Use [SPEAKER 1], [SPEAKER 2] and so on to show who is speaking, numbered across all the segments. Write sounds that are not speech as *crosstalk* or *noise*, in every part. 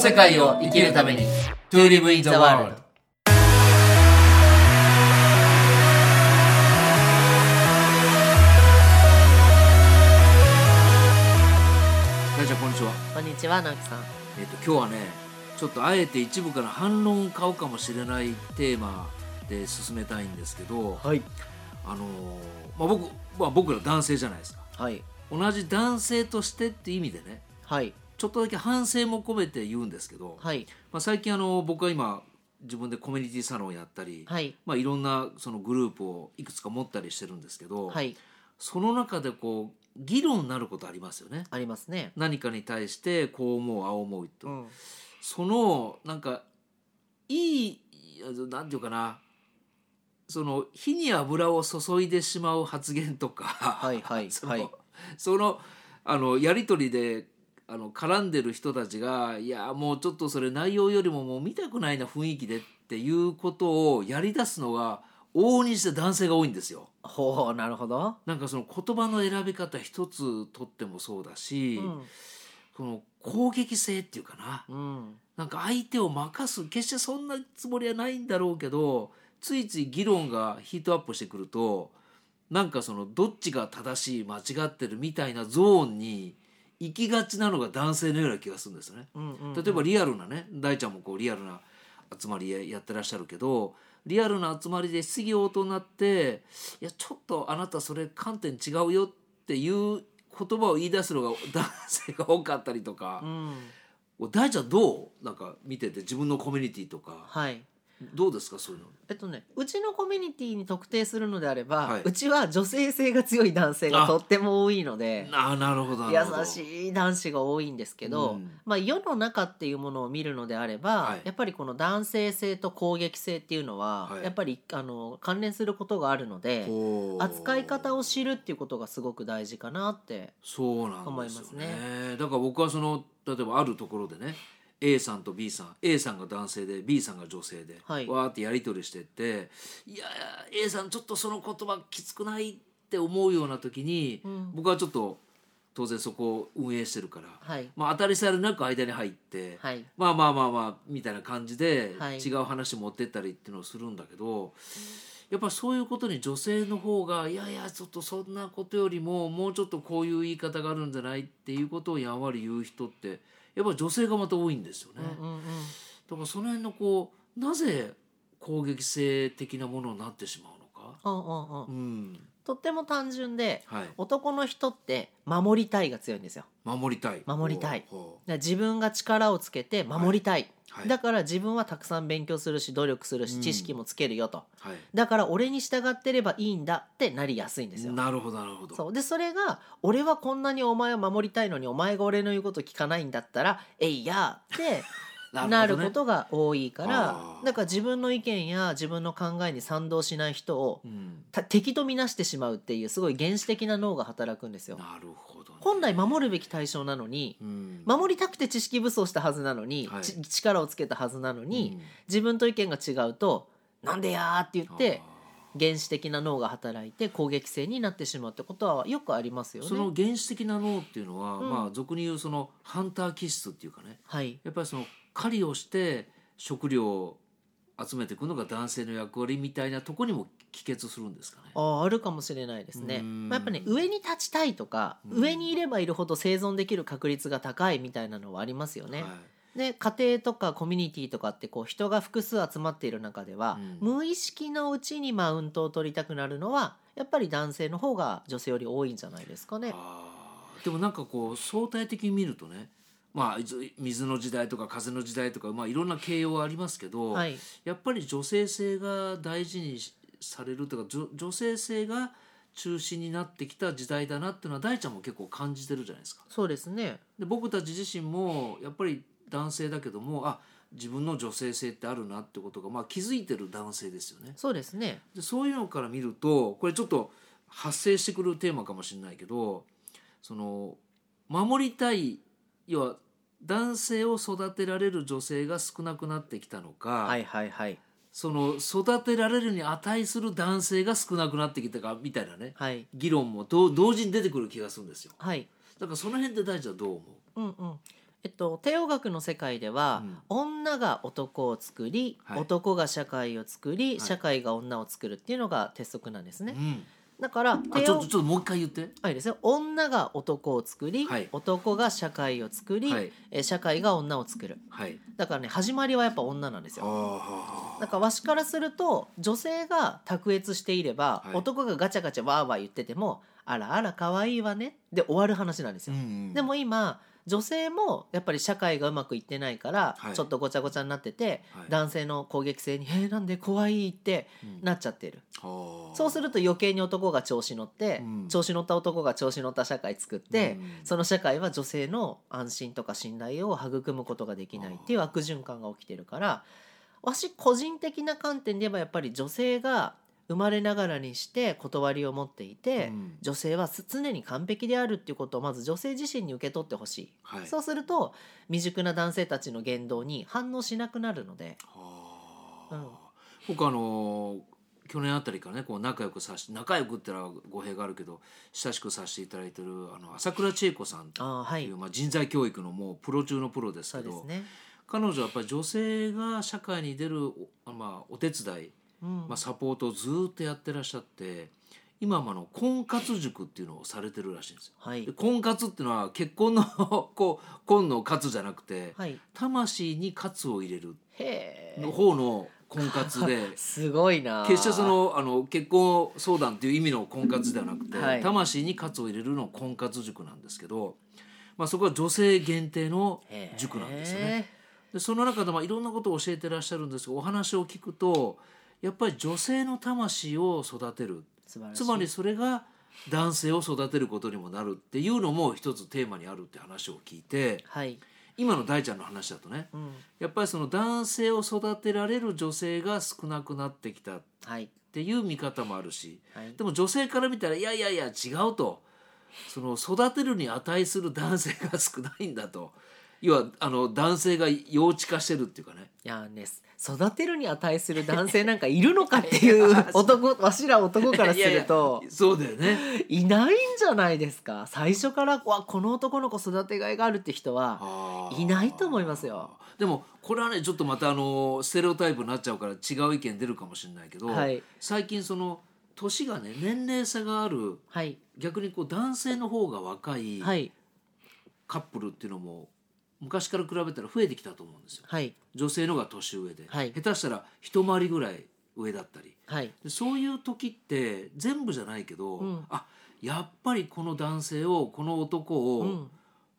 [SPEAKER 1] 世界を生きるために To live in the world 大ちゃんこんにちは
[SPEAKER 2] こんにちは、直樹さん。
[SPEAKER 1] えっ、と今日はねちょっとあえて一部から反論を買うかもしれないテーマで進めたいんですけど
[SPEAKER 2] はい。
[SPEAKER 1] あのーまあ僕、まあ、僕ら男性じゃないですか
[SPEAKER 2] はい。
[SPEAKER 1] 同じ男性としてって意味でね
[SPEAKER 2] はい。
[SPEAKER 1] ちょっとだけ反省も込めて言うんですけど、
[SPEAKER 2] はい。
[SPEAKER 1] まあ、最近あの僕は今自分でコミュニティサロンやったり、
[SPEAKER 2] はい。
[SPEAKER 1] まあ、いろんなそのグループをいくつか持ったりしてるんですけど、
[SPEAKER 2] はい。
[SPEAKER 1] その中でこう議論になることありますよね。
[SPEAKER 2] ありますね。
[SPEAKER 1] 何かに対してこう思うああ思うと、
[SPEAKER 2] ん。
[SPEAKER 1] そのなんかいいいやなんていうかなその火に油を注いでしまう発言とか、
[SPEAKER 2] い *laughs* はい
[SPEAKER 1] その,、
[SPEAKER 2] はい
[SPEAKER 1] そのあのやり取りであの絡んでる人たちが「いやもうちょっとそれ内容よりももう見たくないな雰囲気で」っていうことをやり出すのが往々にして男性が多いんですよ。
[SPEAKER 2] ほう、なるほど。
[SPEAKER 1] なんかその言葉の選び方一つとってもそうだし、その攻撃性っていうかな、
[SPEAKER 2] うん。
[SPEAKER 1] なんか相手を任す決してそんなつもりはないんだろうけどついつい議論がヒートアップしてくるとなんかそのどっちが正しい間違ってるみたいなゾーンに行きがちなのが男性のような気がするんですよね。
[SPEAKER 2] うん。うん
[SPEAKER 1] 例えばリアルなね大ちゃんもこうリアルな集まりやってらっしゃるけどリアルな集まりで質疑応答になって「いやちょっとあなたそれ観点違うよ」っていう言葉を言い出すのが男性が多かったりとか。
[SPEAKER 2] うん。
[SPEAKER 1] 大ちゃんどうなんか見てて自分のコミュニティとか
[SPEAKER 2] はい。
[SPEAKER 1] どうですかそういうの
[SPEAKER 2] えっとね、うちのコミュニティに特定するのであれば、
[SPEAKER 1] はいう
[SPEAKER 2] ちは女性性が強い男性がとっても多いので
[SPEAKER 1] ああなるほどな
[SPEAKER 2] 優
[SPEAKER 1] るほどい
[SPEAKER 2] しい男子が多いんですけど、
[SPEAKER 1] うん
[SPEAKER 2] まあ、世の中っていうものを見るのであれば、
[SPEAKER 1] はい
[SPEAKER 2] やっぱりこの男性性と攻撃性っていうのは、
[SPEAKER 1] はい
[SPEAKER 2] やっぱりあの関連することがあるので、
[SPEAKER 1] ほう
[SPEAKER 2] 扱い方を知るっていうことがすごく大事かなって
[SPEAKER 1] そうなんですよ
[SPEAKER 2] 思い
[SPEAKER 1] ねだから僕はその例えばあるところでね A さんと B さん A さんが男性で B さんが女性で、
[SPEAKER 2] はい
[SPEAKER 1] わーってやり取りしてっていやー A さんちょっとその言葉きつくないって思うような時に、
[SPEAKER 2] うん
[SPEAKER 1] 僕はちょっと当然そこを運営してるから、
[SPEAKER 2] はい
[SPEAKER 1] まあ、当たり障りなく間に入って、
[SPEAKER 2] はい
[SPEAKER 1] まあまあまあまあみたいな感じで
[SPEAKER 2] はい
[SPEAKER 1] 違う話持ってったりっていうのをするんだけど、やっぱそういうことに女性の方がいやいやちょっとそんなことよりももうちょっとこういう言い方があるんじゃないっていうことをやんわり言う人ってやっぱ女性がまた多いんですよね。
[SPEAKER 2] うんうんうん
[SPEAKER 1] だからその辺のこうなぜ攻撃性的なものになってしまうのか。
[SPEAKER 2] うんうんう
[SPEAKER 1] うんん、
[SPEAKER 2] とっても単純で
[SPEAKER 1] はい、
[SPEAKER 2] 男の人って守りたいが強いんですよ
[SPEAKER 1] 守りたい。
[SPEAKER 2] 守りたい
[SPEAKER 1] ほう。
[SPEAKER 2] だから自分が力をつけて守りたい、
[SPEAKER 1] はい
[SPEAKER 2] だから自分はたくさん勉強するし努力する
[SPEAKER 1] う
[SPEAKER 2] し
[SPEAKER 1] ん
[SPEAKER 2] 知識もつけるよと、
[SPEAKER 1] はい。
[SPEAKER 2] だから俺に従ってればいいんだってなりやすいんですよ
[SPEAKER 1] なるほどなるほど。
[SPEAKER 2] そうでそれが俺はこんなにお前を守りたいのにお前が俺の言うこと聞かないんだったらえいやーって
[SPEAKER 1] な
[SPEAKER 2] なる
[SPEAKER 1] ほどね
[SPEAKER 2] こ。とが多いから
[SPEAKER 1] あー
[SPEAKER 2] だから自分の意見や自分の考えに賛同しない人を
[SPEAKER 1] うん、
[SPEAKER 2] た敵と見なしてしまうっていうすごい原始的な脳が働くんですよ。
[SPEAKER 1] なるほどね、
[SPEAKER 2] 本来守るべき対象なのに
[SPEAKER 1] うん、
[SPEAKER 2] 守りたくて知識武装したはずなのに、
[SPEAKER 1] はい
[SPEAKER 2] ち力をつけたはずなのに、
[SPEAKER 1] うん
[SPEAKER 2] 自分と意見が違うと「なんでや!」って言って
[SPEAKER 1] あー
[SPEAKER 2] 原始的な脳が働いて攻撃性になってしまうってことはよくありますよ
[SPEAKER 1] その
[SPEAKER 2] ね。
[SPEAKER 1] 原始的な脳っていうのは、
[SPEAKER 2] うん
[SPEAKER 1] まあ俗に言うそのハンター気質っていうかね
[SPEAKER 2] はい、
[SPEAKER 1] やっぱりその狩りをして食料を集めていくのが男性の役割みたいなとこにも帰結するんですかね。
[SPEAKER 2] あーあるかもしれないです
[SPEAKER 1] う
[SPEAKER 2] ね。
[SPEAKER 1] ーん
[SPEAKER 2] まあ、やっぱね上に立ちたいとか、
[SPEAKER 1] うん
[SPEAKER 2] 上にいればいるほど生存できる確率が高いみたいなのはありますよね。
[SPEAKER 1] はい
[SPEAKER 2] で家庭とかコミュニティとかってこう人が複数集まっている中では、
[SPEAKER 1] う
[SPEAKER 2] 無意識のうちにマウントを取りたくなるのはやっぱり男性の方が女性より多いんじゃないですかね。
[SPEAKER 1] あーでもなんかこう相対的に見るとねまあいず水の時代とか風の時代とか、まあ、いろんな形容はありますけど、
[SPEAKER 2] はい、
[SPEAKER 1] やっぱり女性性が大事にしされるというか女女性性が中心になってきた時代だなっていうのは大ちゃんも結構感じてるじゃないですか。
[SPEAKER 2] そうですね。
[SPEAKER 1] で僕たち自身もやっぱり男性だけどもあ自分の女性性ってあるなってことが、まあ、気づいてる男性ですよね。
[SPEAKER 2] そうですね。
[SPEAKER 1] でそういうのから見るとこれちょっと発生してくるテーマかもしれないけどその守りたい要は男性を育てられる女性が少なくなってきたのか、
[SPEAKER 2] はいはいはい
[SPEAKER 1] その育てられるに値する男性が少なくなってきたかみたいなね
[SPEAKER 2] はい
[SPEAKER 1] 議論も同同時に出てくる気がするんですよ
[SPEAKER 2] はい。
[SPEAKER 1] だからその辺で大事はどう思
[SPEAKER 2] うんうん。えっと、帝王学の世界では、
[SPEAKER 1] うん
[SPEAKER 2] 女が男を作り、
[SPEAKER 1] はい
[SPEAKER 2] 男が社会を作り、
[SPEAKER 1] い
[SPEAKER 2] 社会が女を作るっていうのが鉄則なんですね、
[SPEAKER 1] うん、
[SPEAKER 2] だから
[SPEAKER 1] あち
[SPEAKER 2] 帝
[SPEAKER 1] ょっと
[SPEAKER 2] 王
[SPEAKER 1] ちょっともう一回言って
[SPEAKER 2] あいいですよ女が男を作り、
[SPEAKER 1] はい
[SPEAKER 2] 男が社会を作り、
[SPEAKER 1] はい
[SPEAKER 2] えー社会が女を作る
[SPEAKER 1] はい
[SPEAKER 2] だからね始まりはやっぱ女なんですよ
[SPEAKER 1] あ
[SPEAKER 2] だからわしからすると女性が卓越していれば、
[SPEAKER 1] はい
[SPEAKER 2] 男がガチャガチャワーワー言ってても「あらあら可愛いわね」で終わる話なんです
[SPEAKER 1] う
[SPEAKER 2] よ
[SPEAKER 1] ん、うん、
[SPEAKER 2] でも今女性もやっぱり社会がうまくいってないから、
[SPEAKER 1] はい
[SPEAKER 2] ちょっとごちゃごちゃになってて、
[SPEAKER 1] はい
[SPEAKER 2] 男性の攻撃性に「えー、なんで怖い」って
[SPEAKER 1] うん
[SPEAKER 2] なっちゃってる、
[SPEAKER 1] はあ
[SPEAKER 2] そうすると余計に男が調子乗って、
[SPEAKER 1] うん
[SPEAKER 2] 調子乗った男が調子乗った社会作って、
[SPEAKER 1] うん
[SPEAKER 2] その社会は女性の安心とか信頼を育むことができないっていう悪循環が起きてるからわし個人的な観点で言えばやっぱり女性が生まれながらにして断りを持っていて、
[SPEAKER 1] うん
[SPEAKER 2] 女性は常に完璧であるっていうことをまず女性自身に受け取ってほしい、
[SPEAKER 1] はい
[SPEAKER 2] そうすると未熟な男性たちの言動に反応しなくなるので
[SPEAKER 1] はあ僕あのー去年あたりからねこう仲良くさし仲良くってのは語弊があるけど親しくさせていただいてるあの朝倉千恵子さんって
[SPEAKER 2] あーは
[SPEAKER 1] いう、
[SPEAKER 2] い
[SPEAKER 1] まあ、人材教育のもうプロ中のプロです
[SPEAKER 2] そ
[SPEAKER 1] け
[SPEAKER 2] うで
[SPEAKER 1] ど、
[SPEAKER 2] すね、
[SPEAKER 1] 彼女はやっぱり女性が社会に出るお,あ、まあ、お手伝い、
[SPEAKER 2] うん
[SPEAKER 1] まあ、サポートをずーっとやってらっしゃって今もあの婚活塾っていうのをされてるらしいんですよ。
[SPEAKER 2] はい
[SPEAKER 1] で婚活っていうのは結婚の *laughs* こう婚の活じゃなくて、
[SPEAKER 2] はい
[SPEAKER 1] 魂に活を入れる
[SPEAKER 2] へえ
[SPEAKER 1] の方の婚活
[SPEAKER 2] *laughs*
[SPEAKER 1] で
[SPEAKER 2] すごいな
[SPEAKER 1] 決してそのあの結婚相談という意味の婚活ではなくて、
[SPEAKER 2] はい
[SPEAKER 1] 魂に活を入れるの婚活塾なんですけど、まあ、そこは女性限定の塾なんですよね。
[SPEAKER 2] へ
[SPEAKER 1] でその中でまあいろんなことを教えてらっしゃるんですがお話を聞くとやっぱり女性の魂を育てる
[SPEAKER 2] え素晴らしい
[SPEAKER 1] つまりそれが男性を育てることにもなるっていうのも一つテーマにあるって話を聞いて
[SPEAKER 2] はい、
[SPEAKER 1] 今の大ちゃんの話だとね
[SPEAKER 2] うん、
[SPEAKER 1] やっぱりその男性を育てられる女性が少なくなってきたっ
[SPEAKER 2] はい
[SPEAKER 1] ていう見方もあるし
[SPEAKER 2] はい
[SPEAKER 1] でも女性から見たらいやいやいや違うとその育てるに値する男性が少ないんだと要はあの男性が幼稚化してるっていうかね
[SPEAKER 2] いやーね育てるに値する男性なんかいるのかっていう男わしら男からすると
[SPEAKER 1] いやいやそうだよ
[SPEAKER 2] *laughs*
[SPEAKER 1] ね
[SPEAKER 2] いないんじゃないですか最初からわこの男の子育てがいがあるって人は、ーいないと思いますよ
[SPEAKER 1] でもこれはねちょっとまたあのステレオタイプになっちゃうから違う意見出るかもしれないけど、
[SPEAKER 2] はい
[SPEAKER 1] 最近その年がね年齢差がある
[SPEAKER 2] はい
[SPEAKER 1] 逆にこう男性の方が若い
[SPEAKER 2] はい
[SPEAKER 1] カップルっていうのも昔から比べたら増えてきたと思うんですよ
[SPEAKER 2] はい
[SPEAKER 1] 女性の方が年上で、
[SPEAKER 2] はい
[SPEAKER 1] 下手したら一回りぐらい上だったり
[SPEAKER 2] はい
[SPEAKER 1] でそういう時って全部じゃないけど、
[SPEAKER 2] うん
[SPEAKER 1] あやっぱりこの男性をこの男を、
[SPEAKER 2] うん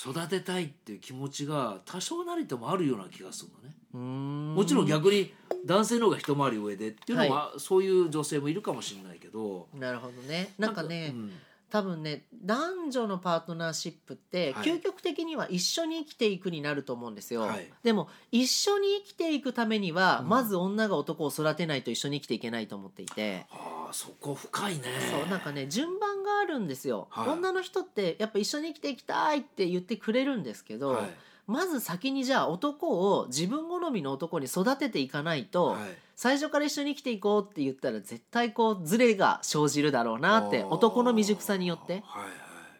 [SPEAKER 1] 育てたいっていう気持ちが多少なりともあるような気がするのね。
[SPEAKER 2] うーん
[SPEAKER 1] もちろん逆に男性の方が一回り上でっていうのは、そういう女性もいるかもしれないけど。
[SPEAKER 2] なるほどねなんかね
[SPEAKER 1] うん
[SPEAKER 2] 多分ね男女のパートナーシップって、
[SPEAKER 1] はい
[SPEAKER 2] 究極的には一緒に生きていくになると思うんですよ、
[SPEAKER 1] はい
[SPEAKER 2] でも一緒に生きていくためには、
[SPEAKER 1] うん
[SPEAKER 2] まず女が男を育てないと一緒に生きていけないと思っていて、
[SPEAKER 1] ああそこ深いね。
[SPEAKER 2] そうなんかね順番があるんですよ、
[SPEAKER 1] はい
[SPEAKER 2] 女の人ってやっぱ一緒に生きていきたいって言ってくれるんですけど、
[SPEAKER 1] はい
[SPEAKER 2] まず先にじゃあ男を自分好みの男に育てていかないと、
[SPEAKER 1] はい
[SPEAKER 2] 最初から一緒に生きていこうって言ったら絶対こうズレが生じるだろうなって男の未熟さによって。
[SPEAKER 1] はいは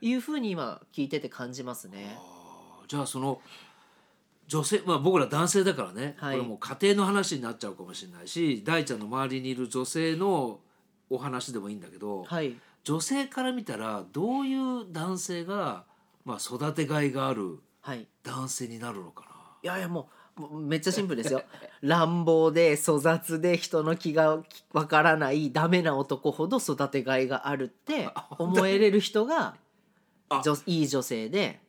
[SPEAKER 1] い
[SPEAKER 2] いうふうに今聞いてて感じますね。
[SPEAKER 1] あーじゃあその女性まあ僕ら男性だからね、
[SPEAKER 2] はい
[SPEAKER 1] これもう家庭の話になっちゃうかもしれないし大ちゃんの周りにいる女性のお話でもいいんだけど、
[SPEAKER 2] はい。
[SPEAKER 1] 女性から見たらどういう男性が、まあ、育てがいがある
[SPEAKER 2] はい。い
[SPEAKER 1] 男性になるのか
[SPEAKER 2] やいやもうもうめっちゃシンプル
[SPEAKER 1] *laughs*
[SPEAKER 2] ですよ。乱暴で粗雑で人の気がわからないダメな男ほど育てがいがある
[SPEAKER 1] *laughs*
[SPEAKER 2] って思えれる人が
[SPEAKER 1] あ
[SPEAKER 2] 女いい女性で、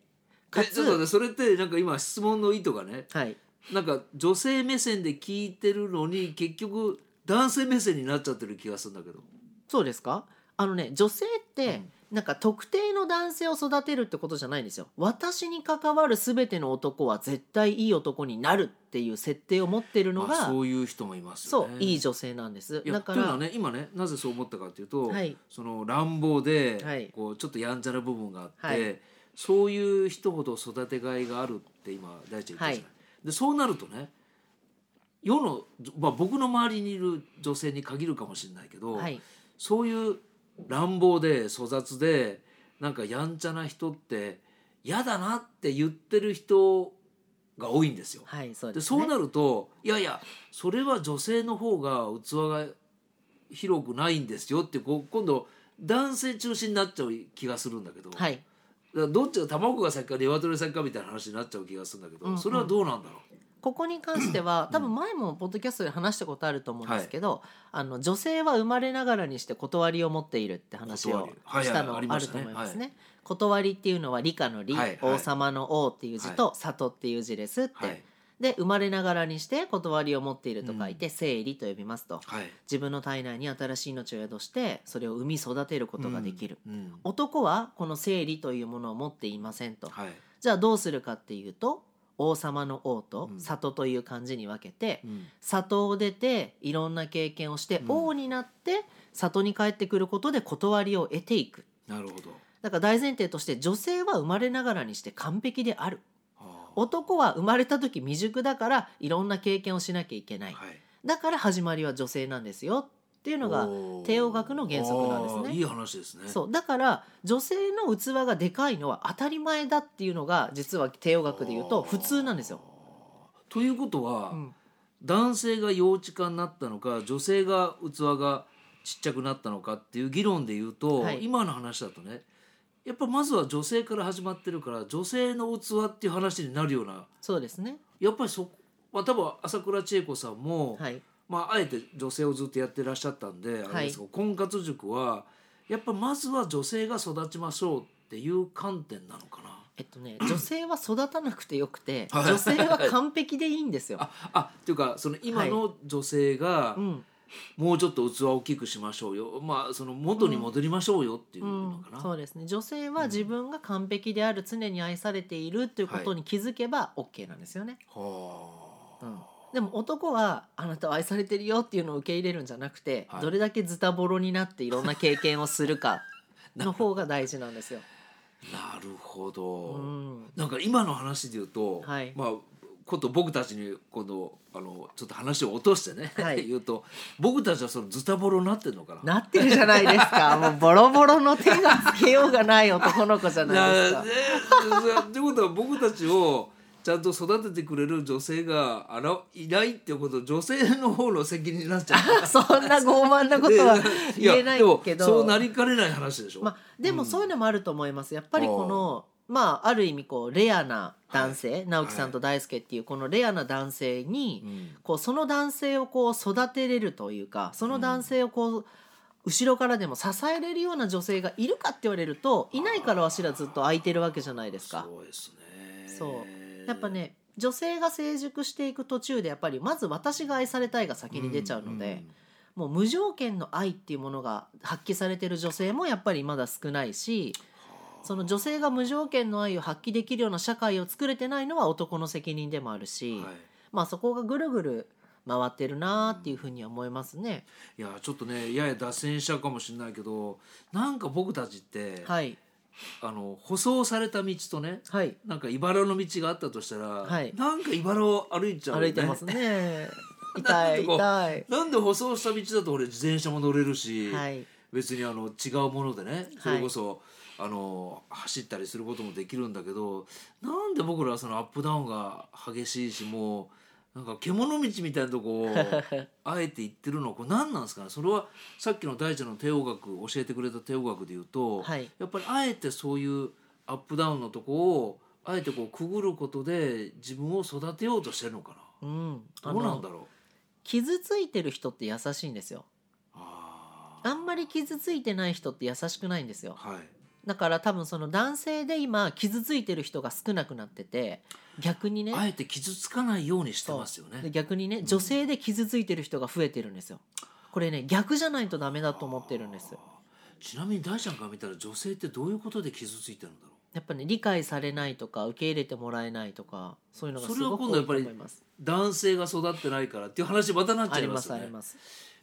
[SPEAKER 1] な
[SPEAKER 2] か
[SPEAKER 1] えちょっと
[SPEAKER 2] つ
[SPEAKER 1] ねそれってなんか今質問の意図がね
[SPEAKER 2] はい。
[SPEAKER 1] なんか女性目線で聞いてるのに結局男性目線になっちゃってる気がするんだけど
[SPEAKER 2] そうですかあのね女性って、なんか特定の男性を育てるってことじゃないんですよ私に関わる全ての男は絶対いい男になるっていう設定を持ってるのが、
[SPEAKER 1] まあ、そういう人もいます
[SPEAKER 2] そ
[SPEAKER 1] よ
[SPEAKER 2] う
[SPEAKER 1] ね。
[SPEAKER 2] いい女性なんです
[SPEAKER 1] いや
[SPEAKER 2] だか
[SPEAKER 1] というの
[SPEAKER 2] ら
[SPEAKER 1] はね今ねなぜそう思ったかというと、
[SPEAKER 2] はい
[SPEAKER 1] その乱暴で、
[SPEAKER 2] はい
[SPEAKER 1] こうちょっとやんちゃな部分があって、
[SPEAKER 2] はい
[SPEAKER 1] そういう人ほど育てがいがあるって今大ちゃん言ったじゃない、
[SPEAKER 2] はい
[SPEAKER 1] でそうなるとね世の、まあ、僕の周りにいる女性に限るかもしれないけど、
[SPEAKER 2] はい
[SPEAKER 1] そういう乱暴で粗雑でなんかやんちゃな人って嫌だなって言ってる人が多いんですよ。
[SPEAKER 2] はいそう
[SPEAKER 1] で
[SPEAKER 2] です、
[SPEAKER 1] そ
[SPEAKER 2] ね、
[SPEAKER 1] うなるといやいやそれは女性の方が器が広くないんですよってこう今度男性中心になっちゃう気がするんだけど、だか
[SPEAKER 2] はい
[SPEAKER 1] らどっちが卵が先か鶏が先かみたいな話になっちゃう気がするんだけど、
[SPEAKER 2] うんうん
[SPEAKER 1] それはどうなんだろ
[SPEAKER 2] ここに関しては多分前もポッドキャストで話したことあると思うんですけど、あの女性は生まれながらにして断りを持っているって話
[SPEAKER 1] 断
[SPEAKER 2] を
[SPEAKER 1] りはいはい
[SPEAKER 2] したの
[SPEAKER 1] あ
[SPEAKER 2] あ
[SPEAKER 1] り
[SPEAKER 2] る
[SPEAKER 1] まし
[SPEAKER 2] と
[SPEAKER 1] たね
[SPEAKER 2] 思いますね。断りっていうのは理科の理、
[SPEAKER 1] はいはい
[SPEAKER 2] 王様の王っていう字と、里っていう字ですって、
[SPEAKER 1] う。はい
[SPEAKER 2] で生まれながらにして断りを持っていると書いて、生理と呼びますと
[SPEAKER 1] はい、
[SPEAKER 2] 自分の体内に新しい命を宿してそれを生み育てることができる、
[SPEAKER 1] うん、うん
[SPEAKER 2] 男はこの生理というものを持っていませんと、
[SPEAKER 1] はい
[SPEAKER 2] じゃあどうするかっていうと王様の王と
[SPEAKER 1] うん
[SPEAKER 2] 里という漢字に分けて、
[SPEAKER 1] うん
[SPEAKER 2] 里を出ていろんな経験をして、
[SPEAKER 1] うん
[SPEAKER 2] 王になって里に帰ってくることで断りを得ていく
[SPEAKER 1] なるほど。
[SPEAKER 2] だから大前提として女性は生まれながらにして完璧である
[SPEAKER 1] あー
[SPEAKER 2] 男は生まれた時未熟だからいろんな経験をしなきゃいけない、
[SPEAKER 1] はい、
[SPEAKER 2] だから始まりは女性なんですよっていうのが
[SPEAKER 1] おー
[SPEAKER 2] 帝王学の原則なんですね
[SPEAKER 1] あーいい話ですね。
[SPEAKER 2] そうだから女性の器がでかいのは当たり前だっていうのが実は帝王学で言うと普通なんですよ。
[SPEAKER 1] あー。ということは、
[SPEAKER 2] うん
[SPEAKER 1] 男性が幼稚化になったのか女性が器がちっちゃくなったのかっていう議論で言うと、
[SPEAKER 2] はい
[SPEAKER 1] 今の話だとねやっぱまずは女性から始まってるから女性の器っていう話になるような
[SPEAKER 2] そうですね。
[SPEAKER 1] やっぱりそこ、まあ、多分朝倉千恵子さんも、
[SPEAKER 2] はい。
[SPEAKER 1] まあ、あえて女性をずっとやってらっしゃったんで、あれですが婚活塾はやっぱまずは女性が育ちましょうっていう観点なのかな。
[SPEAKER 2] えっとね、女性は育たなくてよくて、
[SPEAKER 1] *laughs* はい
[SPEAKER 2] 女性は完璧でいいんですよ。
[SPEAKER 1] ああっていうかその今の女性が、
[SPEAKER 2] うん、
[SPEAKER 1] もうちょっと器を大きくしましょうよまあその元に戻りましょうよっていう
[SPEAKER 2] う
[SPEAKER 1] の
[SPEAKER 2] ん
[SPEAKER 1] かな、、
[SPEAKER 2] そうですね。女性は自分が完璧である、常に愛されているということに気づけば OK なんですよね。
[SPEAKER 1] はあ
[SPEAKER 2] うんでも男はあなたは愛されてるよっていうのを受け入れるんじゃなくて、
[SPEAKER 1] はい
[SPEAKER 2] どれだけズタボロになっていろんな経験をする
[SPEAKER 1] *laughs*
[SPEAKER 2] かの方が大事なんですよ。
[SPEAKER 1] なるほど、
[SPEAKER 2] うん、
[SPEAKER 1] なんか今の話で言うと、
[SPEAKER 2] はい
[SPEAKER 1] まあこと僕たちにこのあのちょっと話を落としてね、
[SPEAKER 2] はい
[SPEAKER 1] *laughs* 言うと僕たちはそのズタボロになってんのかな
[SPEAKER 2] なってるじゃないですか。もうボロボロの手がつけようがない男の子じゃないですか
[SPEAKER 1] ね。ということは僕たちをちゃんと育ててくれる女性があらいないっていうこと女性の方の責任になっちゃ
[SPEAKER 2] *laughs*
[SPEAKER 1] う
[SPEAKER 2] そんな傲慢なことは
[SPEAKER 1] いや
[SPEAKER 2] 言えないけ
[SPEAKER 1] でもそう
[SPEAKER 2] ど。
[SPEAKER 1] なりかねない話でしょ、
[SPEAKER 2] まあ、でもそういうのもあると思います。やっぱりこの、まあ、ある意味こうレアな男性、直樹さんと大輔っていうこのレアな男性に。
[SPEAKER 1] うん
[SPEAKER 2] こうその男性をこう育てれるというか、その男性をこう。後ろからでも支えれるような女性がいるかって言われるといないからわしらずっと空いてるわけじゃないですか。
[SPEAKER 1] そうですね。
[SPEAKER 2] そうやっぱ。ね女性が成熟していく途中でやっぱりまず私が愛されたいが先に出ちゃうので、もう無条件の愛っていうものが発揮されてる女性もやっぱりまだ少ないしその女性が無条件の愛を発揮できるような社会を作れてないのは男の責任でもある
[SPEAKER 1] う
[SPEAKER 2] し、
[SPEAKER 1] んはい。
[SPEAKER 2] まあそこがぐるぐる回ってるなーっていうふうには思いますね。
[SPEAKER 1] いやちょっとねやや脱線しちゃうかもしれないけど、なんか僕たちって、
[SPEAKER 2] はい、
[SPEAKER 1] あの舗装された道とね、
[SPEAKER 2] はい
[SPEAKER 1] なんか茨の道があったとしたら、
[SPEAKER 2] はい
[SPEAKER 1] なんか茨を歩いちゃうよ
[SPEAKER 2] 歩
[SPEAKER 1] ね。
[SPEAKER 2] いてますね痛い痛い
[SPEAKER 1] *laughs* なんで舗装した道だと俺自転車も乗れるし、
[SPEAKER 2] はい
[SPEAKER 1] 別にあの違うものでねそれこそ、あの走ったりすることもできるんだけどなんで僕らはそのアップダウンが激しいしもうなんか獣道みたいなとこ
[SPEAKER 2] *laughs*
[SPEAKER 1] をあえて行ってるのはこれ何なんですかねそれはさっきの大ちゃんの帝王学教えてくれた帝王学でいうと、
[SPEAKER 2] はい
[SPEAKER 1] やっぱりあえてそういうアップダウンのとこをあえてこうくぐることで自分を育てようとしてるのか
[SPEAKER 2] うん
[SPEAKER 1] な
[SPEAKER 2] あ
[SPEAKER 1] どうなん
[SPEAKER 2] の
[SPEAKER 1] だろう
[SPEAKER 2] 傷ついてる人って優しいんですよ
[SPEAKER 1] あー
[SPEAKER 2] あんまり傷ついてない人って優しくないんですよ
[SPEAKER 1] はい
[SPEAKER 2] だから多分その男性で今傷ついてる人が少なくなってて逆にね
[SPEAKER 1] あえて傷つかないようにしてますよね
[SPEAKER 2] で。逆にね女性で傷ついてる人が増えてるんですよこれね逆じゃないとダメだと思ってるんです
[SPEAKER 1] ちなみに大ちゃんから見たら女性ってどういうことで傷ついてるんだろ
[SPEAKER 2] やっぱね理解されないとか受け入れてもらえないとかそういうのがすごく
[SPEAKER 1] それは今度
[SPEAKER 2] 多
[SPEAKER 1] やっ
[SPEAKER 2] い
[SPEAKER 1] ぱ
[SPEAKER 2] と
[SPEAKER 1] り
[SPEAKER 2] 思います
[SPEAKER 1] う男性が育ってないからっていう話またなっち
[SPEAKER 2] あ
[SPEAKER 1] ゃい
[SPEAKER 2] り
[SPEAKER 1] ま
[SPEAKER 2] ますす
[SPEAKER 1] よ
[SPEAKER 2] あ
[SPEAKER 1] ね
[SPEAKER 2] ります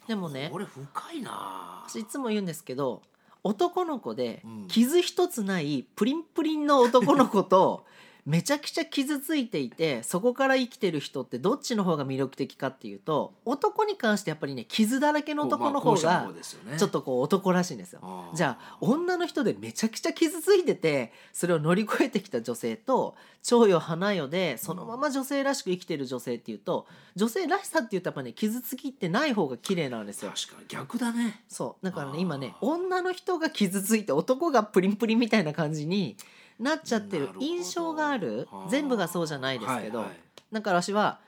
[SPEAKER 2] でもね
[SPEAKER 1] これ深いな
[SPEAKER 2] 私いつも言うんですけど男の子で
[SPEAKER 1] うん
[SPEAKER 2] 傷一つないプリンプリンの男の子と *laughs* めちゃくちゃ傷ついていてそこから生きてる人ってどっちの方が魅力的かっていうと男に関してやっぱりね傷だらけの男の方
[SPEAKER 1] こうまあ後者
[SPEAKER 2] が
[SPEAKER 1] のですよね
[SPEAKER 2] ちょっとこう男らしいんですよ。
[SPEAKER 1] あー
[SPEAKER 2] じゃあ女の人でめちゃくちゃ傷ついててそれを乗り越えてきた女性と長与花よでそのまま女性らしく生きてる女性っていうと女性らしさっていうとやっぱね傷つきってない方が綺麗なんですよ。
[SPEAKER 1] 確かに逆だね
[SPEAKER 2] そうだから
[SPEAKER 1] あ
[SPEAKER 2] ね
[SPEAKER 1] ー
[SPEAKER 2] 今ね女の人が傷ついて男がプリンプリンみたいな感じになっちゃってる
[SPEAKER 1] なるほど
[SPEAKER 2] 印象がある
[SPEAKER 1] あー
[SPEAKER 2] 全部がそうじゃないですけど、
[SPEAKER 1] はいはい
[SPEAKER 2] だから私は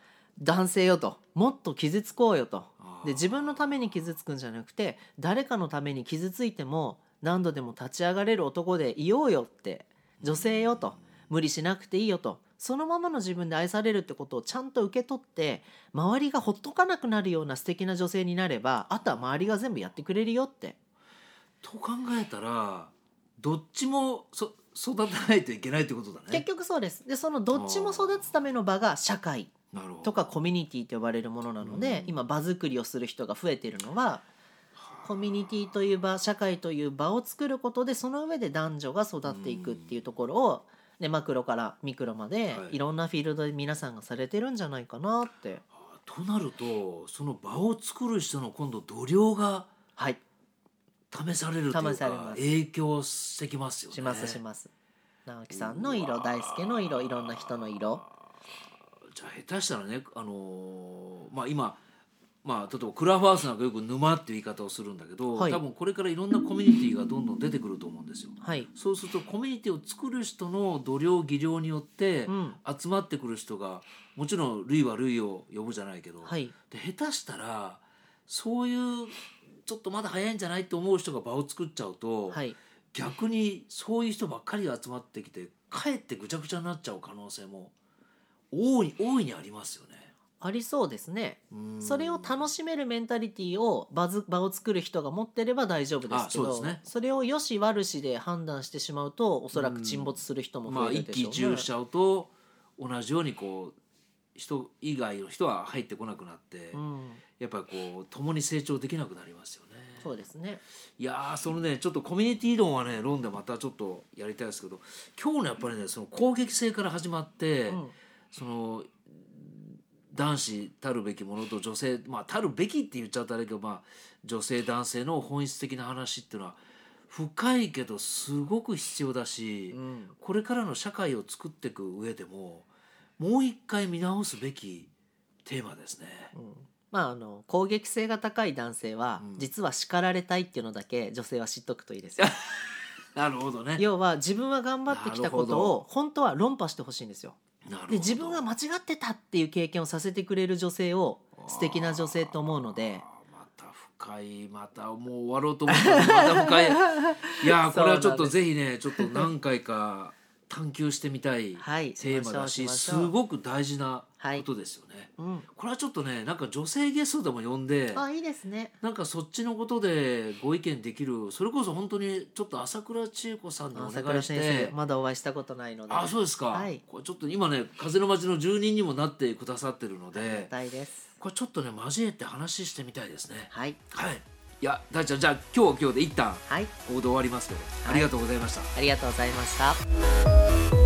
[SPEAKER 2] 男性よともっと傷つこうよと
[SPEAKER 1] あー
[SPEAKER 2] で自分のために傷つくんじゃなくて誰かのために傷ついても何度でも立ち上がれる男でいようよって女性よと無理しなくていいよとそのままの自分で愛されるってことをちゃんと受け取って周りがほっとかなくなるような素敵な女性になればあとは周りが全部やってくれるよって
[SPEAKER 1] と考えたらどっちもそ育てないといけないってことだ
[SPEAKER 2] 結
[SPEAKER 1] ね
[SPEAKER 2] 局そうですでそのどっちも育つための場が社会
[SPEAKER 1] なるほど
[SPEAKER 2] とかコミュニティと呼ばれるものなので
[SPEAKER 1] うん
[SPEAKER 2] 今場作りをする人が増えているのはコミュニティという場社会という場を作ることでその上で男女が育っていくっていうところを、ね、マクロからミクロまで
[SPEAKER 1] はい
[SPEAKER 2] いろんなフィールドで皆さんがされてるんじゃないかなって
[SPEAKER 1] あーとなるとその場を作る人の今度度量が
[SPEAKER 2] はい
[SPEAKER 1] 試されるという
[SPEAKER 2] 試され
[SPEAKER 1] か
[SPEAKER 2] ます
[SPEAKER 1] 影響してきますよね
[SPEAKER 2] しますし
[SPEAKER 1] す
[SPEAKER 2] ます。直樹さんの色大輔の色いろんな人の色
[SPEAKER 1] じゃあ下手したらねあのーまあ今まあ例えばクラファースなんかよく沼っていう言い方をするんだけど、
[SPEAKER 2] はい
[SPEAKER 1] 多分これからいろんなコミュニティがどんどん出てくると思うんですよ
[SPEAKER 2] はい、
[SPEAKER 1] そうするとコミュニティを作る人の度量技量によって
[SPEAKER 2] うん
[SPEAKER 1] 集まってくる人がもちろん類は類を呼ぶじゃないけど、
[SPEAKER 2] はい、
[SPEAKER 1] で下手したらそういうちょっとまだ早いんじゃないと思う人が場を作っちゃうと、
[SPEAKER 2] はい、
[SPEAKER 1] 逆にそういう人ばっかりが集まってきてかえってぐちゃぐちゃになっちゃう可能性も大い大いにありますよね。
[SPEAKER 2] ありそうですね
[SPEAKER 1] うん
[SPEAKER 2] それを楽しめるメンタリティを場ず場を作る人が持ってれば大丈夫ですけ
[SPEAKER 1] あ
[SPEAKER 2] ど
[SPEAKER 1] そうですね
[SPEAKER 2] れを良し悪しで判断してしまうとおそらく沈没する人も
[SPEAKER 1] ま
[SPEAKER 2] 増
[SPEAKER 1] あ
[SPEAKER 2] えるでし
[SPEAKER 1] 一喜
[SPEAKER 2] ょう
[SPEAKER 1] 一憂しちゃうと同じようにこう人以外の人は入ってこなくなって、
[SPEAKER 2] うん、
[SPEAKER 1] やっぱりこう共に成長できなくなりますよね。
[SPEAKER 2] そうですね。
[SPEAKER 1] いやーそのねちょっとコミュニティ論はね論でまたちょっとやりたいですけど今日のやっぱりねその攻撃性から始まって、
[SPEAKER 2] うん
[SPEAKER 1] その男子たるべきものと女性まあたるべきって言っちゃったらあれだけど、まあ、女性男性の本質的な話っていうのは深いけどすごく必要だし、
[SPEAKER 2] うん
[SPEAKER 1] これからの社会を作っていく上でももう一回見直すべきテーマですね。
[SPEAKER 2] まあ、あの攻撃性が高い男性は、
[SPEAKER 1] うん
[SPEAKER 2] 実は叱られたいっていうのだけ女性は知っとくといい
[SPEAKER 1] *laughs*
[SPEAKER 2] ですよ
[SPEAKER 1] なるほどね。
[SPEAKER 2] 要は自分は頑張ってきたことを本当は論破してほしいんですよ
[SPEAKER 1] なるほど
[SPEAKER 2] で自分が間違ってたっていう経験をさせてくれる女性を素敵な女性と思うので
[SPEAKER 1] あーまた深いまたもう終わろうと思ったらまた深いい
[SPEAKER 2] *laughs*
[SPEAKER 1] やーこれはちょっとぜひねちょっと何回か探求してみたいテ
[SPEAKER 2] はい
[SPEAKER 1] ーマだし,、
[SPEAKER 2] しましょうしましょう
[SPEAKER 1] すごく大事な
[SPEAKER 2] はい
[SPEAKER 1] ことですよね、
[SPEAKER 2] うん
[SPEAKER 1] これはちょっとねなんか女性ゲストでも呼んで
[SPEAKER 2] あいいですね
[SPEAKER 1] なんかそっちのことでご意見できるそれこそ本当にちょっと朝倉千恵子さんにお
[SPEAKER 2] あ
[SPEAKER 1] 願
[SPEAKER 2] 桜
[SPEAKER 1] いし
[SPEAKER 2] 先生
[SPEAKER 1] て
[SPEAKER 2] まだお会いしたことないので
[SPEAKER 1] あそうですか、
[SPEAKER 2] はい
[SPEAKER 1] これちょっと今ね風の街の住人にもなってくださってるの
[SPEAKER 2] あり
[SPEAKER 1] で
[SPEAKER 2] がたいです
[SPEAKER 1] これちょっとね交えて話してみたいですね。
[SPEAKER 2] はい
[SPEAKER 1] はい。いや、大ちゃん、じゃあ、今日は今日で一旦、
[SPEAKER 2] はい
[SPEAKER 1] ここで終わりますけど、
[SPEAKER 2] はい
[SPEAKER 1] ありがとうございました。
[SPEAKER 2] ありがとうございました